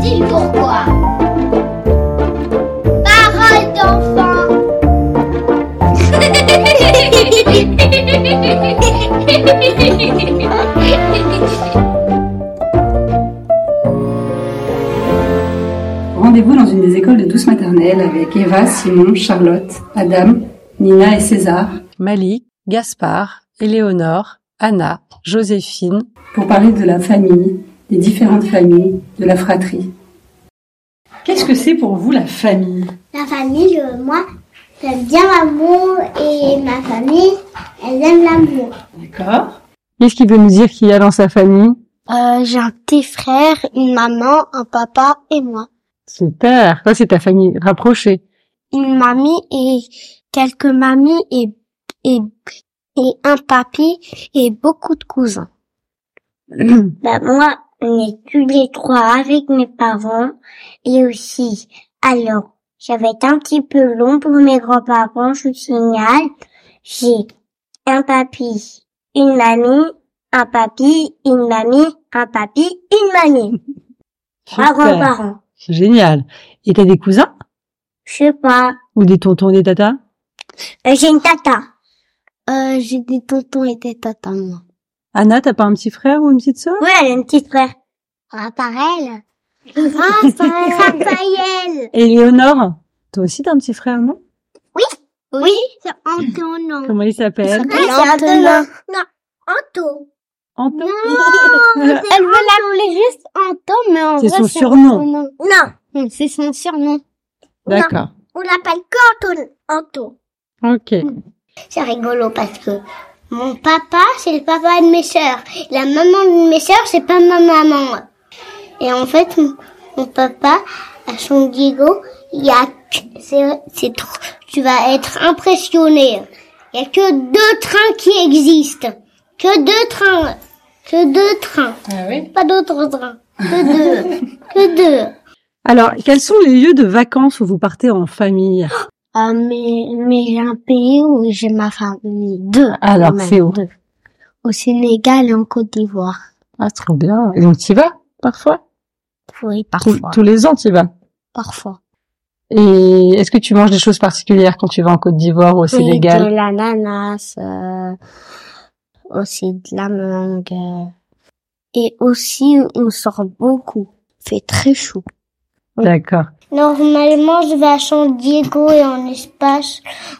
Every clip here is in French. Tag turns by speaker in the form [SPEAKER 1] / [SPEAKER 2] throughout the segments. [SPEAKER 1] dit pourquoi. Parole d'enfant.
[SPEAKER 2] Rendez-vous dans une des écoles de douce maternelle avec Eva, Simon, Charlotte, Adam, Nina et César
[SPEAKER 3] Malik, Gaspard, Éléonore, Anna, Joséphine,
[SPEAKER 2] pour parler de la famille, des différentes familles, de la fratrie. Qu'est-ce que c'est pour vous la famille
[SPEAKER 1] La famille, euh, moi, j'aime bien l'amour et ma famille, elle aime l'amour.
[SPEAKER 2] D'accord
[SPEAKER 3] Qu'est-ce qu'il veut nous dire qu'il y a dans sa famille
[SPEAKER 1] Euh, J'ai un petit frère, une maman, un papa et moi.
[SPEAKER 3] Super, ça c'est ta famille rapprochée.
[SPEAKER 1] Une mamie et quelques mamies et, et, et un papy et beaucoup de cousins. Bah moi, on est tous les trois avec mes parents et aussi. Alors, ça va être un petit peu long pour mes grands-parents, je vous signale. J'ai un papy, une mamie, un papy, une mamie, un papy, une mamie.
[SPEAKER 3] Ah,
[SPEAKER 1] Trois
[SPEAKER 3] Super,
[SPEAKER 1] grands-parents.
[SPEAKER 3] c'est génial. Et t'as des cousins
[SPEAKER 1] Je sais pas.
[SPEAKER 3] ou des tontons et des tatas
[SPEAKER 1] Euh, j'ai une tata. Euh, j'ai des tontons et des tatas, moi.
[SPEAKER 3] Anna, t'as pas un petit frère ou une petite sœur
[SPEAKER 1] Oui, elle a un petit frère. Ah, Raphaël. Raphaël. Raphaël.
[SPEAKER 3] Éléonore, toi aussi t'as un petit frère, non
[SPEAKER 1] Oui, c'est Antonin.
[SPEAKER 3] Comment il s'appelle
[SPEAKER 1] c'est Antonin. Non, Anto.
[SPEAKER 3] Anton.
[SPEAKER 1] Elle veut l'appeler juste Anto, mais en
[SPEAKER 3] C'est son surnom.
[SPEAKER 1] Non. Hmm, C'est son surnom.
[SPEAKER 3] D'accord.
[SPEAKER 1] On l'appelle qu'Anton. Anto.
[SPEAKER 3] Ok.
[SPEAKER 1] C'est rigolo parce que mon papa, c'est le papa de mes sœurs. La maman de mes sœurs, c'est pas ma maman. Et en fait, mon, mon papa, à son Diego, il y a, c'est, c'est trop, tu vas être impressionné. Il y a que deux trains qui existent. Que deux trains. Que deux trains.
[SPEAKER 2] Ah oui
[SPEAKER 1] Pas d'autres trains. Que deux. que deux.
[SPEAKER 3] Alors, quels sont les lieux de vacances où vous partez en famille
[SPEAKER 1] Ah, mais, mais j'ai un pays où j'ai ma famille. Deux.
[SPEAKER 3] Alors,
[SPEAKER 1] même,
[SPEAKER 3] c'est où
[SPEAKER 1] deux. Au Sénégal et en Côte d'Ivoire.
[SPEAKER 3] Ah, trop bien. Et donc, t'y vas parfois
[SPEAKER 1] Oui,
[SPEAKER 3] Tous-
[SPEAKER 1] parfois.
[SPEAKER 3] Tous les ans, t'y vas
[SPEAKER 1] Parfois.
[SPEAKER 3] Et est-ce que tu manges des choses particulières quand tu vas en Côte d'Ivoire ou au
[SPEAKER 1] Oui,
[SPEAKER 3] Sénégal
[SPEAKER 1] de l'ananas, euh, aussi de la mangue. euh. Et aussi, on sort beaucoup. Fait très chaud.
[SPEAKER 3] D'accord.
[SPEAKER 1] Normalement, je vais à San Diego et en Espagne.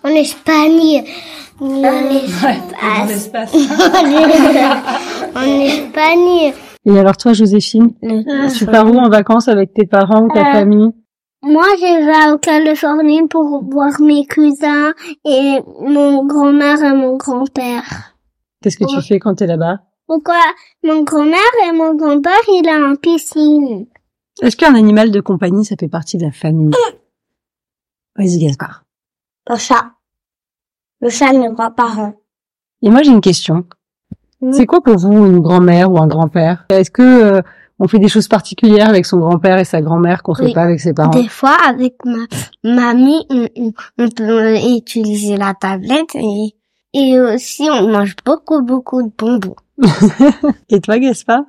[SPEAKER 1] En Espagne.
[SPEAKER 2] Ouais, t'es dans l'espace.
[SPEAKER 1] en Espagne.
[SPEAKER 3] Et alors toi, Joséphine, tu pars où en vacances avec tes parents ou ta
[SPEAKER 1] Euh,
[SPEAKER 3] famille
[SPEAKER 1] Moi, je vais en Californie pour voir mes cousins et mon grand-mère et mon grand-père.
[SPEAKER 3] Qu'est-ce que tu
[SPEAKER 1] ouais.
[SPEAKER 3] fais quand t'es là-bas
[SPEAKER 1] Pourquoi mon grand-mère et mon grand-père, il a un piscine.
[SPEAKER 3] Est-ce qu'un animal de compagnie, ça fait partie de la famille Vas-y, Gaspard.
[SPEAKER 1] Le chat. Le chat de mes grands-parents.
[SPEAKER 3] Et moi, j'ai une question.
[SPEAKER 1] Oui.
[SPEAKER 3] C'est quoi pour vous une grand-mère ou un grand-père Est-ce que euh, on fait des choses particulières avec son grand-père et sa grand-mère qu'on fait
[SPEAKER 1] Oui.
[SPEAKER 3] pas avec ses parents
[SPEAKER 1] Des fois, avec ma mamie, on, on- on peut utiliser la tablette et, et aussi on mange beaucoup, beaucoup de bonbons.
[SPEAKER 3] Et toi, Gaspard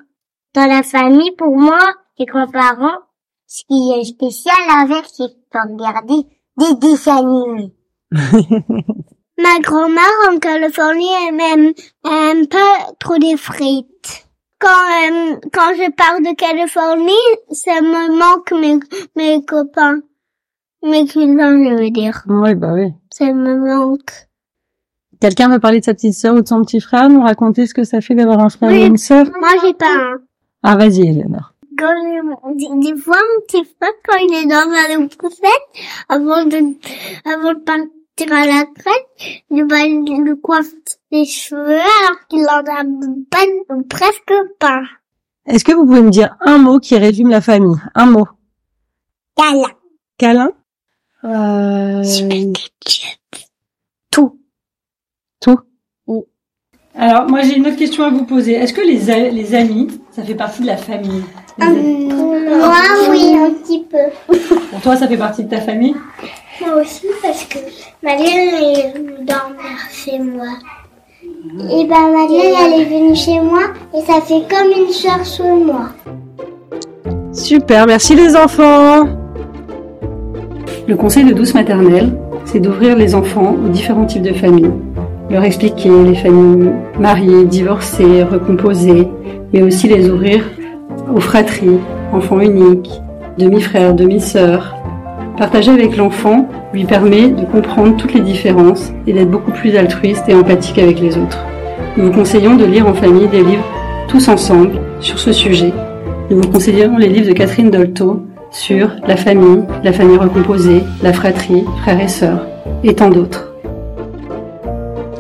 [SPEAKER 1] Dans la famille, pour moi, les grands-parents, ce qui est spécial avec, c'est de regarder des dessins animés. Ma grand-mère en Californie, elle m'aime, elle aime pas trop des frites. Quand, euh, quand je pars de Californie, ça me manque mes, mes copains. Mes cousins, je veux dire.
[SPEAKER 3] Oui, bah oui.
[SPEAKER 1] Ça me manque.
[SPEAKER 3] Quelqu'un veut parler de sa petite sœur ou de son petit frère, nous raconter ce que ça fait d'avoir un frère
[SPEAKER 1] Oui.
[SPEAKER 3] ou une sœur
[SPEAKER 1] Moi, j'ai pas un.
[SPEAKER 3] Ah, vas-y, Eleanor.
[SPEAKER 1] Quand je- des, des fois, mon petit frère, quand il est dans la poussette, avant de, avant de partir à la crête, il va lui lui coiffe les cheveux alors qu'il en a pas, presque pas.
[SPEAKER 3] Est-ce que vous pouvez me dire un mot qui résume la famille Un mot.
[SPEAKER 1] Voilà.
[SPEAKER 3] Câlin
[SPEAKER 2] Euh,
[SPEAKER 1] Tout.
[SPEAKER 3] Tout
[SPEAKER 2] Alors, moi, j'ai une autre question à vous poser. Est-ce que les, a- les amis, ça fait partie de la famille Les amis.
[SPEAKER 1] Euh, Moi, oui, un petit peu.
[SPEAKER 2] Pour toi, ça fait partie de ta famille
[SPEAKER 1] Moi aussi, parce que Madeleine est venue dormir chez moi. Et ben, Madeleine, elle est venue chez moi et ça fait comme une soeur chez moi.
[SPEAKER 3] Super, merci les enfants.
[SPEAKER 2] Le conseil de douce maternelle, c'est d'ouvrir les enfants aux différents types de familles. Leur expliquer les familles mariées, divorcées, recomposées, mais aussi les ouvrir aux fratries, enfants uniques, demi-frères, demi-sœurs. Partager avec l'enfant lui permet de comprendre toutes les différences et d'être beaucoup plus altruiste et empathique avec les autres. Nous vous conseillons de lire en famille des livres tous ensemble sur ce sujet. Nous vous conseillons les livres de Catherine Dolto sur la famille, la famille recomposée, la fratrie, frères et sœurs, et tant d'autres.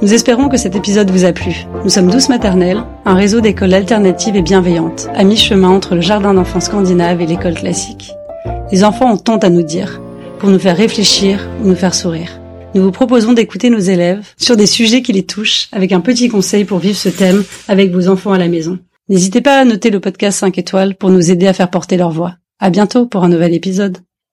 [SPEAKER 2] Nous espérons que cet épisode vous a plu. Nous sommes Douce Maternelle, un réseau d'écoles alternatives et bienveillantes, à mi-chemin entre le jardin d'enfants scandinave et l'école classique. Les enfants ont tant à nous dire, pour nous faire réfléchir ou nous faire sourire. Nous vous proposons d'écouter nos élèves sur des sujets qui les touchent, avec un petit conseil pour vivre ce thème avec vos enfants à la maison. N'hésitez pas à noter le podcast 5 étoiles pour nous aider à faire porter leur voix. À bientôt pour un nouvel épisode.